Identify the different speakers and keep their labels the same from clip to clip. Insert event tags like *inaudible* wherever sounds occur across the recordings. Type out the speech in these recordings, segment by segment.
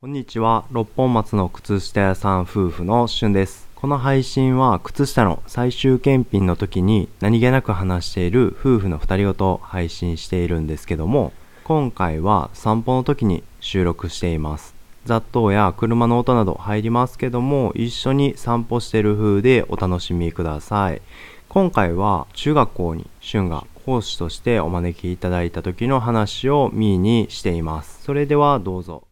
Speaker 1: こんにちは。六本松の靴下屋さん夫婦のしゅんです。この配信は靴下の最終検品の時に何気なく話している夫婦の二人ごとを配信しているんですけども、今回は散歩の時に収録しています。雑踏や車の音など入りますけども、一緒に散歩してる風でお楽しみください。今回は中学校にしゅんが講師としてお招きいただいた時の話をミーにしています。それではどうぞ。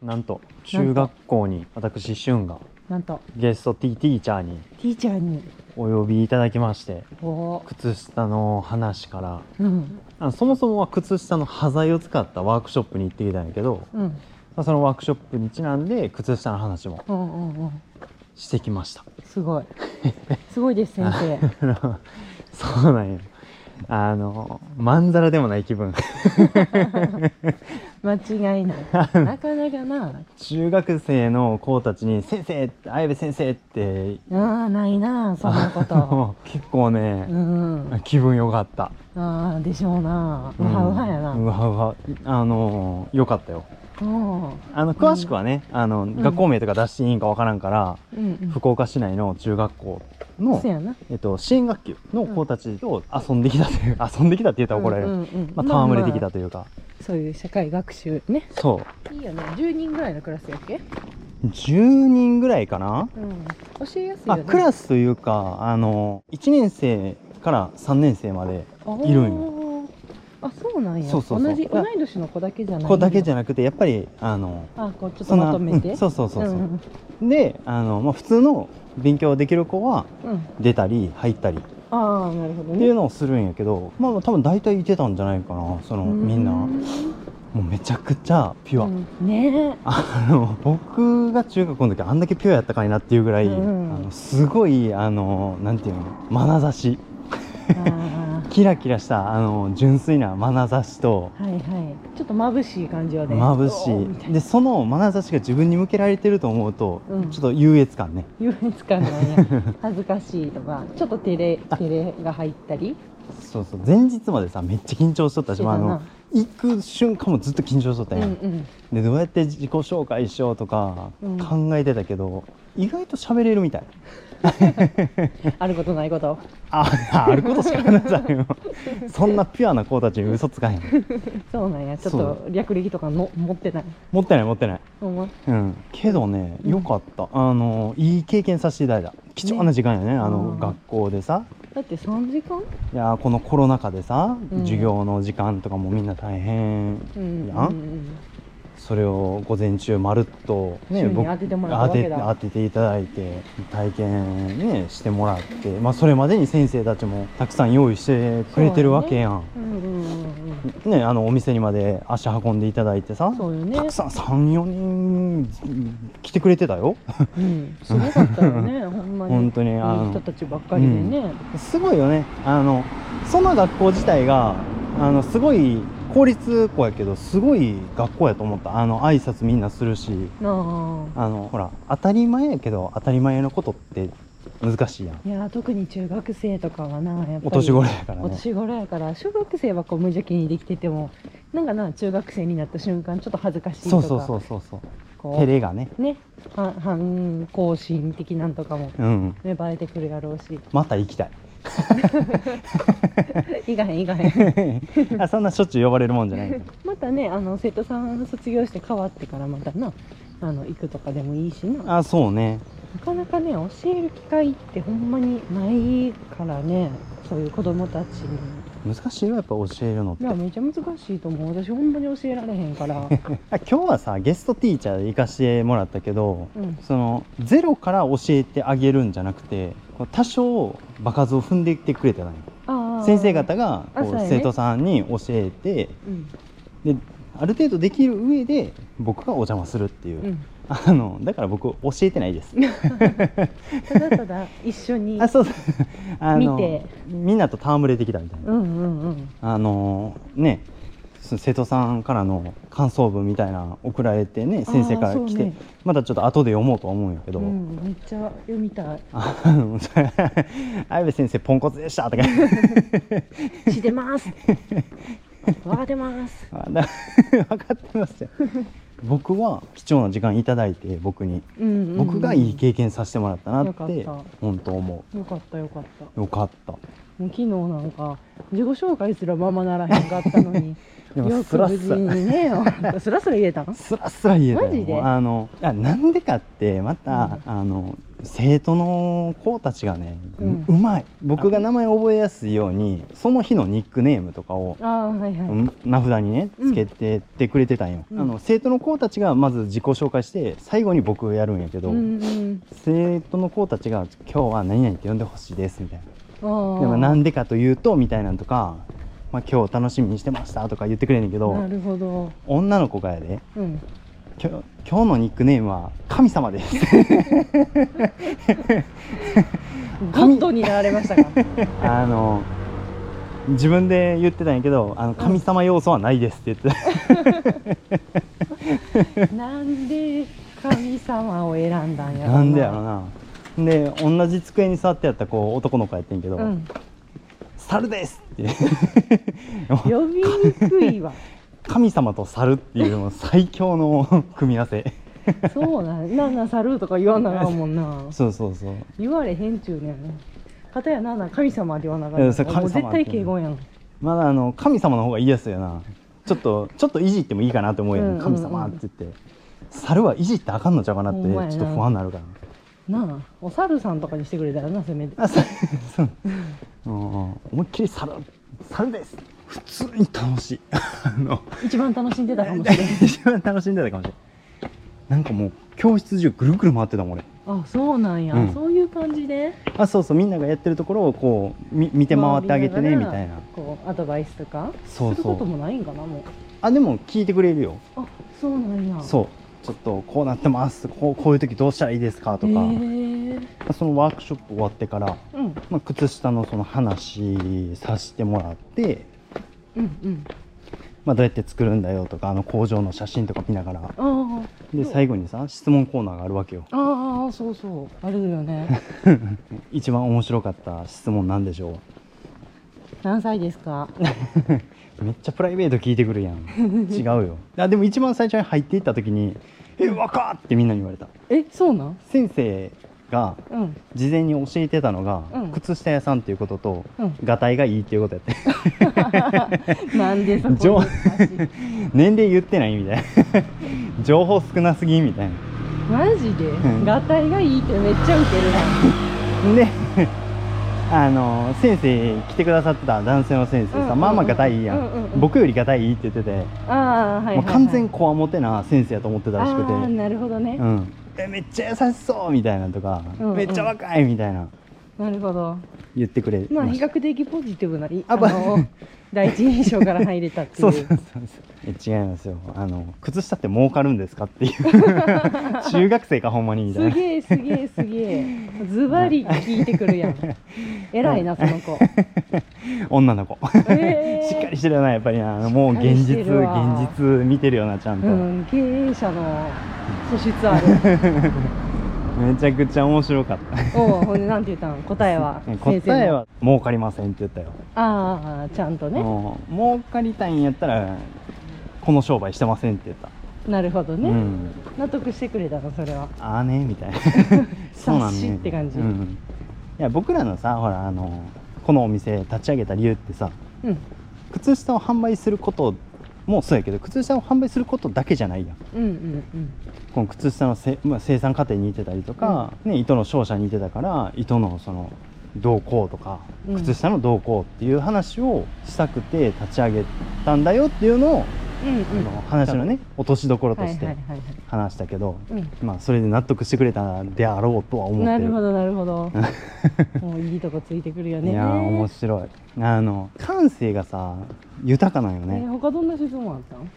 Speaker 2: なんと中学校に私俊が
Speaker 3: なんと、
Speaker 2: ゲストティーティーチャーに
Speaker 3: ティーチャーに、
Speaker 2: お呼びいただきまして
Speaker 3: こ
Speaker 2: 靴下の話から
Speaker 3: う、うん、
Speaker 2: あのそもそもは靴下の端材を使ったワークショップに行ってきたんやけど、
Speaker 3: うん、
Speaker 2: まあ、そのワークショップにちなんで靴下の話も
Speaker 3: うん、うん、うん、
Speaker 2: してきました。
Speaker 3: すご
Speaker 2: *laughs*
Speaker 3: い。すごいです、先生。
Speaker 2: そうなんやあのまんざらでもない気
Speaker 3: *laughs*
Speaker 2: 分
Speaker 3: 間違
Speaker 2: *laughs*
Speaker 3: いない。なかなかな、
Speaker 2: 中学生の子たちに「先生綾部先生」って
Speaker 3: ああ、ないな、そんなこと。
Speaker 2: *laughs* もう結構ね
Speaker 3: う、ん、
Speaker 2: 気分良かった。
Speaker 3: ああ、でしょうな。うはうはやな。
Speaker 2: うわうわあのーよかったよ
Speaker 3: うん、うん、
Speaker 2: あの詳しくはね、あの学校名とか出していいんかわからんから、
Speaker 3: うん。
Speaker 2: 福岡市内の中学校の
Speaker 3: そ、やな。
Speaker 2: えっと、新学級の子たちと遊んできたという、遊んできたって言ったら怒られる、
Speaker 3: うんうん
Speaker 2: まあ、戯れてき
Speaker 3: ま
Speaker 2: た
Speaker 3: あま
Speaker 2: というか、
Speaker 3: あそういう社会学習ね。
Speaker 2: そう
Speaker 3: いいよね。10人ぐらいのクラスやっけ
Speaker 2: 10人ぐらいかな、
Speaker 3: うん。教えやすいよ
Speaker 2: あ
Speaker 3: ね。
Speaker 2: クラスというかあの1年生から3年生までいるん
Speaker 3: よ。あ、そうなんや。
Speaker 2: そうそうそう
Speaker 3: 同じ、同い年の子だけじゃない。
Speaker 2: 子だけじ
Speaker 3: ゃ
Speaker 2: ゃなくてやっぱりあの
Speaker 3: あ、こう、ちょっ
Speaker 2: そ
Speaker 3: と
Speaker 2: んな
Speaker 3: まとめ
Speaker 2: うん
Speaker 3: て。
Speaker 2: そうそうそうそう、
Speaker 3: ん
Speaker 2: であの、まあ、普通の勉強できる子は
Speaker 3: うんうん、
Speaker 2: 出たり入ったりっ
Speaker 3: ああなるほど
Speaker 2: て
Speaker 3: ね
Speaker 2: いうのをするんやけど、まあ、多分大体いてたんじゃないかなそのみんな
Speaker 3: う
Speaker 2: もうめちゃくちゃピュア、
Speaker 3: うんね
Speaker 2: あの僕が中学校の時あんだけピュアやったかいなっていうぐらい、
Speaker 3: うん
Speaker 2: あのすごいあのなんていうの眼差し
Speaker 3: えあ
Speaker 2: キラキラしたあの純粋な眼差しと。
Speaker 3: あはいはいちょっと眩しい感じよね
Speaker 2: 眩
Speaker 3: おーみた
Speaker 2: しい
Speaker 3: いな
Speaker 2: でその眼差しが自分に向けられてると思うと、
Speaker 3: うん
Speaker 2: ちょっと優越感ね
Speaker 3: 優越感が
Speaker 2: *laughs*
Speaker 3: ね恥ずかしいとかちょっと照れ照れが入ったり
Speaker 2: そうそう前日までさめっちゃ緊張しとった
Speaker 3: して
Speaker 2: したまああ
Speaker 3: な
Speaker 2: の行く瞬間もずっと緊張しとった
Speaker 3: うんん
Speaker 2: や、
Speaker 3: うん
Speaker 2: でどうやって自己紹介しようとか
Speaker 3: うん
Speaker 2: 考えてたけど、意外と喋れるみたい
Speaker 3: あることないこと
Speaker 2: あ
Speaker 3: *laughs*
Speaker 2: あることしか話さないよ *laughs* そんなピュアな子たちに嘘つかへん
Speaker 3: そうなんやちょっ
Speaker 2: そ
Speaker 3: と略歴とかの持ってない
Speaker 2: 持ってない持ってない
Speaker 3: ほんま
Speaker 2: うんけどねよかった、あのいい経験させていただいた貴重な時間やねあ
Speaker 3: う
Speaker 2: の
Speaker 3: ん
Speaker 2: 学校でさ
Speaker 3: だって3時間
Speaker 2: いやーこのコロナ禍でさ、
Speaker 3: うん
Speaker 2: 授業の時間とかもみんな大変
Speaker 3: うん
Speaker 2: いや
Speaker 3: うんうん
Speaker 2: それを午前中まるっとね
Speaker 3: 週に
Speaker 2: 僕
Speaker 3: 当ててもら
Speaker 2: 当
Speaker 3: ったわけ
Speaker 2: て
Speaker 3: だ
Speaker 2: 当てていただいて体験ねしてもらって、まあ、それまでに先生たちもたくさん用意してくれてるわけやん
Speaker 3: うんうんうんうん
Speaker 2: ねあのお店にまで足運んでいただいてさ、
Speaker 3: そうよね
Speaker 2: たくさん34人来てくれてたよ
Speaker 3: うんすごかったよ
Speaker 2: *laughs*
Speaker 3: ねほんまに
Speaker 2: 本当に
Speaker 3: いい
Speaker 2: あの
Speaker 3: 人たちばっかりでね
Speaker 2: すごいよねあのその学校自体があのすごい公立校やけどすごい学校やと思ったあの挨拶みんなするし
Speaker 3: なあ
Speaker 2: あのほら当たり前やけど当たり前のことって難しいやん
Speaker 3: いやー特に中学生とかはなやっぱり
Speaker 2: お年頃やから
Speaker 3: お
Speaker 2: ね
Speaker 3: 年頃やから小学生はこう無邪気にできててもなんかな中学生になった瞬間ちょっと恥ずかしいとか
Speaker 2: そうそうそうそうそう
Speaker 3: こう
Speaker 2: 照れがね
Speaker 3: ねは反抗心的なんとかも
Speaker 2: うん
Speaker 3: 芽生えてくるやろうし
Speaker 2: また行きたい
Speaker 3: *laughs* いかへんいかへん
Speaker 2: あそんなしょっちゅう呼ばれるもんじゃないけど
Speaker 3: またねあの生徒さん卒業して変わってからまたなあの行くとかでもいいしなな
Speaker 2: あそうね
Speaker 3: かなかね教える機会ってほんまにないからねそういう子供たちに。
Speaker 2: 難しいよやっぱ教えるのって
Speaker 3: いやめちゃ難しいと思う私ほんまに教えられへんから
Speaker 2: *laughs* あ今日はさゲストティーチャーで行かしてもらったけど
Speaker 3: うん
Speaker 2: そのゼロから教えてあげるんじゃなくてこう多少場数を踏んでいってくれてない
Speaker 3: あー
Speaker 2: 先生方がこ
Speaker 3: あそう
Speaker 2: う
Speaker 3: やね
Speaker 2: 生徒さんに教えて
Speaker 3: うん
Speaker 2: である程度できる上で僕がお邪魔するっていう、
Speaker 3: うん
Speaker 2: あのだから僕教えてないです
Speaker 3: ただただ一緒に
Speaker 2: あそうそう *laughs* あの
Speaker 3: 見て
Speaker 2: みんなと戯れてきたみたいな、
Speaker 3: うんうんうん
Speaker 2: あのねその生徒さんからの感想文みたいなの送られてね先生から
Speaker 3: あーそう
Speaker 2: 来て、
Speaker 3: ね
Speaker 2: またちょっと後で読もうとは思うんやけ
Speaker 3: う
Speaker 2: ど、
Speaker 3: ん、めっちゃ読みたい
Speaker 2: あの *laughs* それ綾部先生ポンコツでしたとか
Speaker 3: 知ってます
Speaker 2: *laughs*
Speaker 3: わかってます
Speaker 2: あな *laughs* 分かって
Speaker 3: *laughs*
Speaker 2: ますよ僕は貴重な時間いただいて僕に
Speaker 3: うんうんうん
Speaker 2: 僕がいい経験させてもらったなっ
Speaker 3: よかってた
Speaker 2: 本当思
Speaker 3: よかったよかった
Speaker 2: うよかった
Speaker 3: もう昨日なんか自己紹介すらままならへんかったのに
Speaker 2: *laughs* でも
Speaker 3: よ
Speaker 2: ス
Speaker 3: く
Speaker 2: ラ
Speaker 3: 無
Speaker 2: ス
Speaker 3: 事
Speaker 2: ラ
Speaker 3: にねよスラスラ言えた
Speaker 2: *laughs*
Speaker 3: ん
Speaker 2: スラスラ言えたよ
Speaker 3: マジで
Speaker 2: もうあのあなんでかってまた、あの生徒の子たちがね、う
Speaker 3: うん
Speaker 2: うまい僕が名前覚えやすいようにその日のニックネームとかを
Speaker 3: ああはいはい、
Speaker 2: うん名札にねつけてってくれてたんよ、
Speaker 3: うん
Speaker 2: あの生徒の子たちがまず自己紹介して最後に僕やるんやけど、
Speaker 3: うんうん
Speaker 2: 生徒の子たちが「今日は何々って呼んでほしいです」みたい
Speaker 3: あ
Speaker 2: な
Speaker 3: ー
Speaker 2: でもなんでかというとみたいなんとか「まあ、今日楽しみにしてました」とか言ってくれんねんけ
Speaker 3: な
Speaker 2: ど
Speaker 3: るほど
Speaker 2: 女の子がやで
Speaker 3: うん
Speaker 2: きょ今日のニックネームは神様です。
Speaker 3: *laughs* ゴッドになられましたか
Speaker 2: あの自分で言ってたんやけど、あの神様要素はないですって言って
Speaker 3: なんで神様を選んだんや
Speaker 2: た。
Speaker 3: ろ
Speaker 2: *laughs* なんでやろな。で、同じ机に座ってやった子、男の子やってんけど、
Speaker 3: うん、
Speaker 2: 猿ですって。
Speaker 3: 呼びにくいわ
Speaker 2: *laughs* 神様と猿っていうの最強の組み合わ
Speaker 3: *laughs*
Speaker 2: せ。
Speaker 3: そうなんなんなん猿とか言わなあかんもんな
Speaker 2: そうそうそう。
Speaker 3: 言われへんちゅうねん片やなんなん神様って言わなあか
Speaker 2: い
Speaker 3: ん
Speaker 2: やそれ
Speaker 3: からもう
Speaker 2: 神様
Speaker 3: 絶対敬語やん
Speaker 2: まだあの神様の方が言いやすいよな。ちょっと、ちょっといじってもいいかなって思うやん。
Speaker 3: うんうんうん
Speaker 2: 神様って言って。猿はいじってあかんのちゃうかなって、
Speaker 3: ほんまやな
Speaker 2: ちょっと不安になるから。
Speaker 3: なあお猿さんとかにしてくれたらなせめて
Speaker 2: あ、そう。 *laughs* そう。うんうん思いっきり猿、猿です。普通に楽しい。あの、 *laughs*
Speaker 3: 一番楽しんでたかもしれない
Speaker 2: 一番楽しんでたかもしれない。なんかもう、教室中ぐるぐる回ってたもん、俺。
Speaker 3: あそうなんや、
Speaker 2: うん
Speaker 3: そういう感じで
Speaker 2: あ、そうそう、みんながやってるところをこう、み見て回ってあげてね、
Speaker 3: 回り
Speaker 2: み
Speaker 3: ながら
Speaker 2: たいな。
Speaker 3: こうアドバイスとか
Speaker 2: そう
Speaker 3: する
Speaker 2: そ
Speaker 3: こと
Speaker 2: う。
Speaker 3: もないんかなもう
Speaker 2: あ、でも聞いてくれるよ。
Speaker 3: あそうなんやう
Speaker 2: そう。ちょっと、こうなってます。こう、こういう時どうしたらいいですかと
Speaker 3: へえ
Speaker 2: か。そのワークショップ終わってから、
Speaker 3: うん
Speaker 2: まあ、靴下のその話させてもらって、
Speaker 3: うん
Speaker 2: まあ、どうやって作るんだよとかあの工場の写真とか見ながら
Speaker 3: うんあ
Speaker 2: で最後にさ質問コーナーがあるわけよ
Speaker 3: あああそうそうあれだよ
Speaker 2: *laughs*
Speaker 3: ね
Speaker 2: 一番面白かった質問なんでしょ
Speaker 3: 何歳ですか
Speaker 2: うめっちゃプライベート聞いてくる
Speaker 3: *laughs*
Speaker 2: やん違うよあでも一番最初に入っていった時に「え若っ!」ってみんなに言われた
Speaker 3: えそうなん
Speaker 2: 先生が
Speaker 3: うん
Speaker 2: 事前に教えてたのが、
Speaker 3: うん
Speaker 2: 靴下屋さんっていうことと、
Speaker 3: うん
Speaker 2: がたいがいいっていうことやって *laughs*
Speaker 3: なんでそこ
Speaker 2: 上
Speaker 3: 難しい
Speaker 2: 年齢言ってないみたい *laughs* な情報少なすぎみたいな
Speaker 3: マジで
Speaker 2: ん
Speaker 3: 合体がいいってめっちゃウケる
Speaker 2: で *laughs* あの先生来てくださってた男性の先生さ、
Speaker 3: うんうんうん
Speaker 2: まあまあがたいいいやん,、
Speaker 3: うんうんうん
Speaker 2: 僕よりがたいいいって言ってて、
Speaker 3: なああはいはい、はい、
Speaker 2: もう完全こわもてな先生やと思ってたらしくて、
Speaker 3: ああなるほどね
Speaker 2: う、ん、えめっちゃ優しそうみたいなとか、
Speaker 3: うんうん
Speaker 2: めっちゃ若いみたいな
Speaker 3: なるほど
Speaker 2: 言ってくれ
Speaker 3: まあ
Speaker 2: ま
Speaker 3: 比
Speaker 2: した
Speaker 3: 較的ポジティブなり
Speaker 2: あ
Speaker 3: あ
Speaker 2: ば
Speaker 3: の第一印象から入れたってい
Speaker 2: そううそうそうそうえ違いますよあの靴下って儲かるんですか
Speaker 3: *laughs*
Speaker 2: っていう中学生かほんまにみたいな
Speaker 3: すげえすげえすげえズバリ聞いてくる
Speaker 2: *laughs*
Speaker 3: やん偉いなその子、
Speaker 2: 女の子
Speaker 3: えー
Speaker 2: しっかりしてるなやっぱりなもう現
Speaker 3: しっか
Speaker 2: 実
Speaker 3: りして
Speaker 2: 現
Speaker 3: るわ
Speaker 2: 実見てるよなちゃんと、
Speaker 3: うん経営者の素質ある
Speaker 2: めちゃくちゃ面白かった
Speaker 3: おうほんでなんて言ったん答えは
Speaker 2: うん
Speaker 3: 先
Speaker 2: *laughs*
Speaker 3: 生
Speaker 2: 答え
Speaker 3: の
Speaker 2: は儲かりませんって言ったよ、
Speaker 3: ああちゃんとね
Speaker 2: もう儲かりたいんやったらこの商売してませんって言った、
Speaker 3: なるほどね、
Speaker 2: うん
Speaker 3: 納得してくれたのそれは
Speaker 2: ああねみたいな
Speaker 3: 察しって感じ
Speaker 2: うん、いや僕らのさほらあのこのお店立ち上げた理由ってさ
Speaker 3: うん
Speaker 2: 靴下を販売することもそうやけど靴下を販売することだけじゃないやん
Speaker 3: うんうんうん
Speaker 2: この靴下のせ、まあ、生産過程に似てたりとか、ね、糸の商社に似てたから糸のそのどうこうとか
Speaker 3: うん
Speaker 2: 靴下のどうこうっていう話をしたくて立ち上げたんだよっていうのを、
Speaker 3: うん
Speaker 2: あ
Speaker 3: うん
Speaker 2: の話のね落としどころと
Speaker 3: はいは
Speaker 2: し
Speaker 3: いはい
Speaker 2: て
Speaker 3: はい
Speaker 2: 話したけど、
Speaker 3: うん
Speaker 2: まあ、それで納得してくれたであろうとは思っ
Speaker 3: な
Speaker 2: て
Speaker 3: る
Speaker 2: る
Speaker 3: ほどなる
Speaker 2: *laughs*
Speaker 3: ほどもういいとこついてくるよね
Speaker 2: いやー面白いあの感性がさ豊かなんよ
Speaker 3: えー
Speaker 2: ね
Speaker 3: 他どんな質問あったん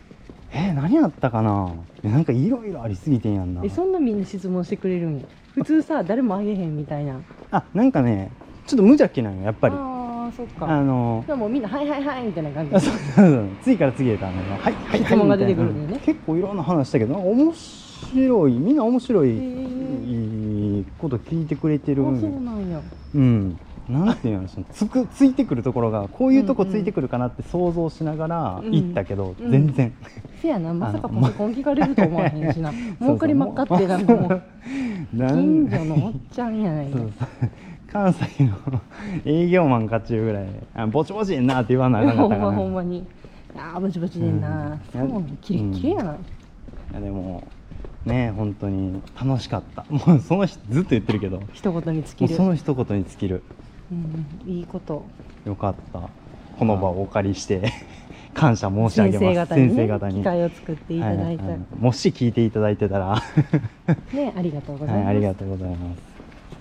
Speaker 2: えー何あったかないやなんかいろいろありすぎてんやんな
Speaker 3: えそんなみんな質問してくれるんや普通さ誰もあげへんみたいなやっ
Speaker 2: あなんかねちょっと無邪気なんよやっぱり
Speaker 3: あーああそっ
Speaker 2: あ
Speaker 3: か
Speaker 2: の
Speaker 3: でももうみんな「はいはいはい」みたいな感
Speaker 2: あ
Speaker 3: じ
Speaker 2: そうそう次から次へとあのはいはい
Speaker 3: 質問が出てくる
Speaker 2: みたいな
Speaker 3: のね
Speaker 2: 結構いろんな話したけどなんか面白いみんな面白
Speaker 3: へ
Speaker 2: い
Speaker 3: ー
Speaker 2: いいこと聞いてくれてる
Speaker 3: あそうなんや
Speaker 2: うんなんていうのそのつくついてくるところがこういうとこついてくるかなって想像しながら
Speaker 3: うん
Speaker 2: 行ったけど、
Speaker 3: うん
Speaker 2: 全然、
Speaker 3: せやなまさかパソコン聞かれると思わへ
Speaker 2: *laughs*
Speaker 3: んしな儲かりまっかっ
Speaker 2: そうそ
Speaker 3: て
Speaker 2: う
Speaker 3: なんか
Speaker 2: *laughs*
Speaker 3: もう
Speaker 2: な
Speaker 3: 近
Speaker 2: ん
Speaker 3: 所のおっちゃんやない
Speaker 2: そ
Speaker 3: か
Speaker 2: うそう関西の営業マンかっちゅうぐらいあぼちぼちやんなって言わなあかんかっ
Speaker 3: ほ
Speaker 2: た
Speaker 3: ん
Speaker 2: か
Speaker 3: ま
Speaker 2: ら
Speaker 3: ほんまにああブチブチでんな、
Speaker 2: う
Speaker 3: うんん、そうキレッキレやな、
Speaker 2: いやでもね本当に楽しかった *laughs* もうその日ずっと言ってるけども
Speaker 3: 一言に尽き
Speaker 2: う
Speaker 3: る
Speaker 2: その一言に尽きる
Speaker 3: うん、いいこと
Speaker 2: よかったこの場をお借りして *laughs* 感謝申し上げます
Speaker 3: 先生
Speaker 2: 方
Speaker 3: 方に、ね、
Speaker 2: に
Speaker 3: 機会を作っていただいた、
Speaker 2: はいあのもし聞いていただいてたら、は
Speaker 3: ねありがとうございます、
Speaker 2: い、ありがとうございます、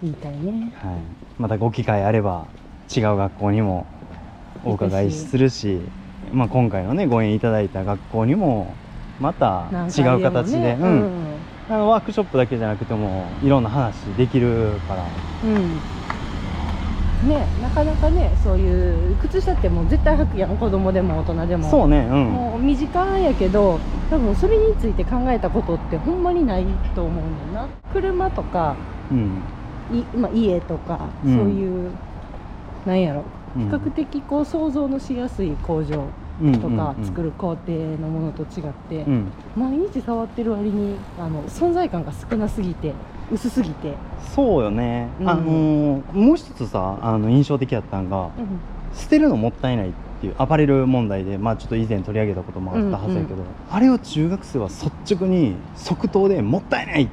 Speaker 3: 言いたいね
Speaker 2: はい、またご機会あれば違う学校にもお伺いするし、まあ、今回のねご縁いただいた学校にもまた
Speaker 3: 何
Speaker 2: 違
Speaker 3: 回も
Speaker 2: う
Speaker 3: ね
Speaker 2: 形で
Speaker 3: う
Speaker 2: うん
Speaker 3: ん、
Speaker 2: あのワークショップだけじゃなくてもいろんな話できるから
Speaker 3: うんねなかなかねそういう靴下ってもう絶対履くやん子供でも大人でも
Speaker 2: そうねうん
Speaker 3: もう身近やけど多分それについて考えたことってほんまにないと思うんだよな車とか
Speaker 2: うん
Speaker 3: い、まあ、家とか、
Speaker 2: うん
Speaker 3: そういうなんやろ
Speaker 2: う
Speaker 3: 比
Speaker 2: ん
Speaker 3: 較的こう想像のしやすい工場とか作
Speaker 2: る
Speaker 3: る工程のものと違って、
Speaker 2: うん
Speaker 3: 毎日触ってる割にあの存在感が少なすぎて薄すぎて、
Speaker 2: そうよね、
Speaker 3: うん
Speaker 2: あのーもう一つさあの印象的やったんが、捨てるのもったいないっていうアパレル問題でまあちょっと以前取り上げたこともあったはずやけど、
Speaker 3: うん
Speaker 2: あれを中学生は率直に即答でもったいない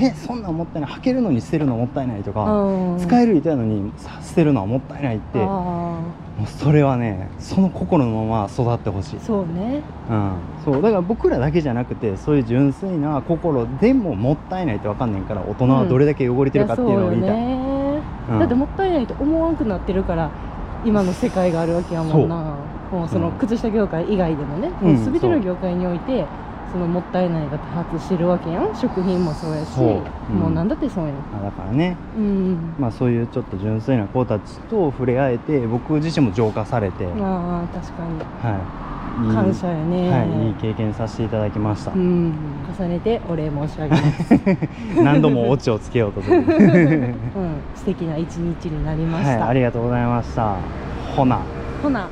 Speaker 2: えそんなんもったいない履けるのに捨てるのもったいないとか、使
Speaker 3: え
Speaker 2: える板やのにさ捨てるのはもったいないっても
Speaker 3: あ
Speaker 2: うそれはねその心のまま育ってほしい
Speaker 3: ーそうね
Speaker 2: うん、そうだから僕らだけじゃなくてそういう純粋な心でももったいないってわかんないから大人はどれだけ汚れてるかっていうのを言いたい、
Speaker 3: やそうよね、
Speaker 2: うん
Speaker 3: だってもったいないと思わんくなってるから今の世界があるわけやもんなもうその
Speaker 2: うん
Speaker 3: 靴下業界以外でもね、
Speaker 2: うん
Speaker 3: もう全ての業界においてそのもったいないが多発してるわけやん食品もそうやし
Speaker 2: そううん
Speaker 3: もう何だってそうやん
Speaker 2: まあだからね、
Speaker 3: うん
Speaker 2: まあ、そういうちょっと純粋な子たちと触れ合えて僕自身も浄化されて、は
Speaker 3: ああ確かに
Speaker 2: い、いい
Speaker 3: 感謝やね、
Speaker 2: はい、いい経験させていただきました
Speaker 3: う、ん重ねてお礼申し上げます
Speaker 2: *laughs* 何度もオチをつけようと
Speaker 3: *laughs*
Speaker 2: する、
Speaker 3: うん素敵な一日になりまし
Speaker 2: はい、
Speaker 3: た、
Speaker 2: ありがとうございましたほな
Speaker 3: ほな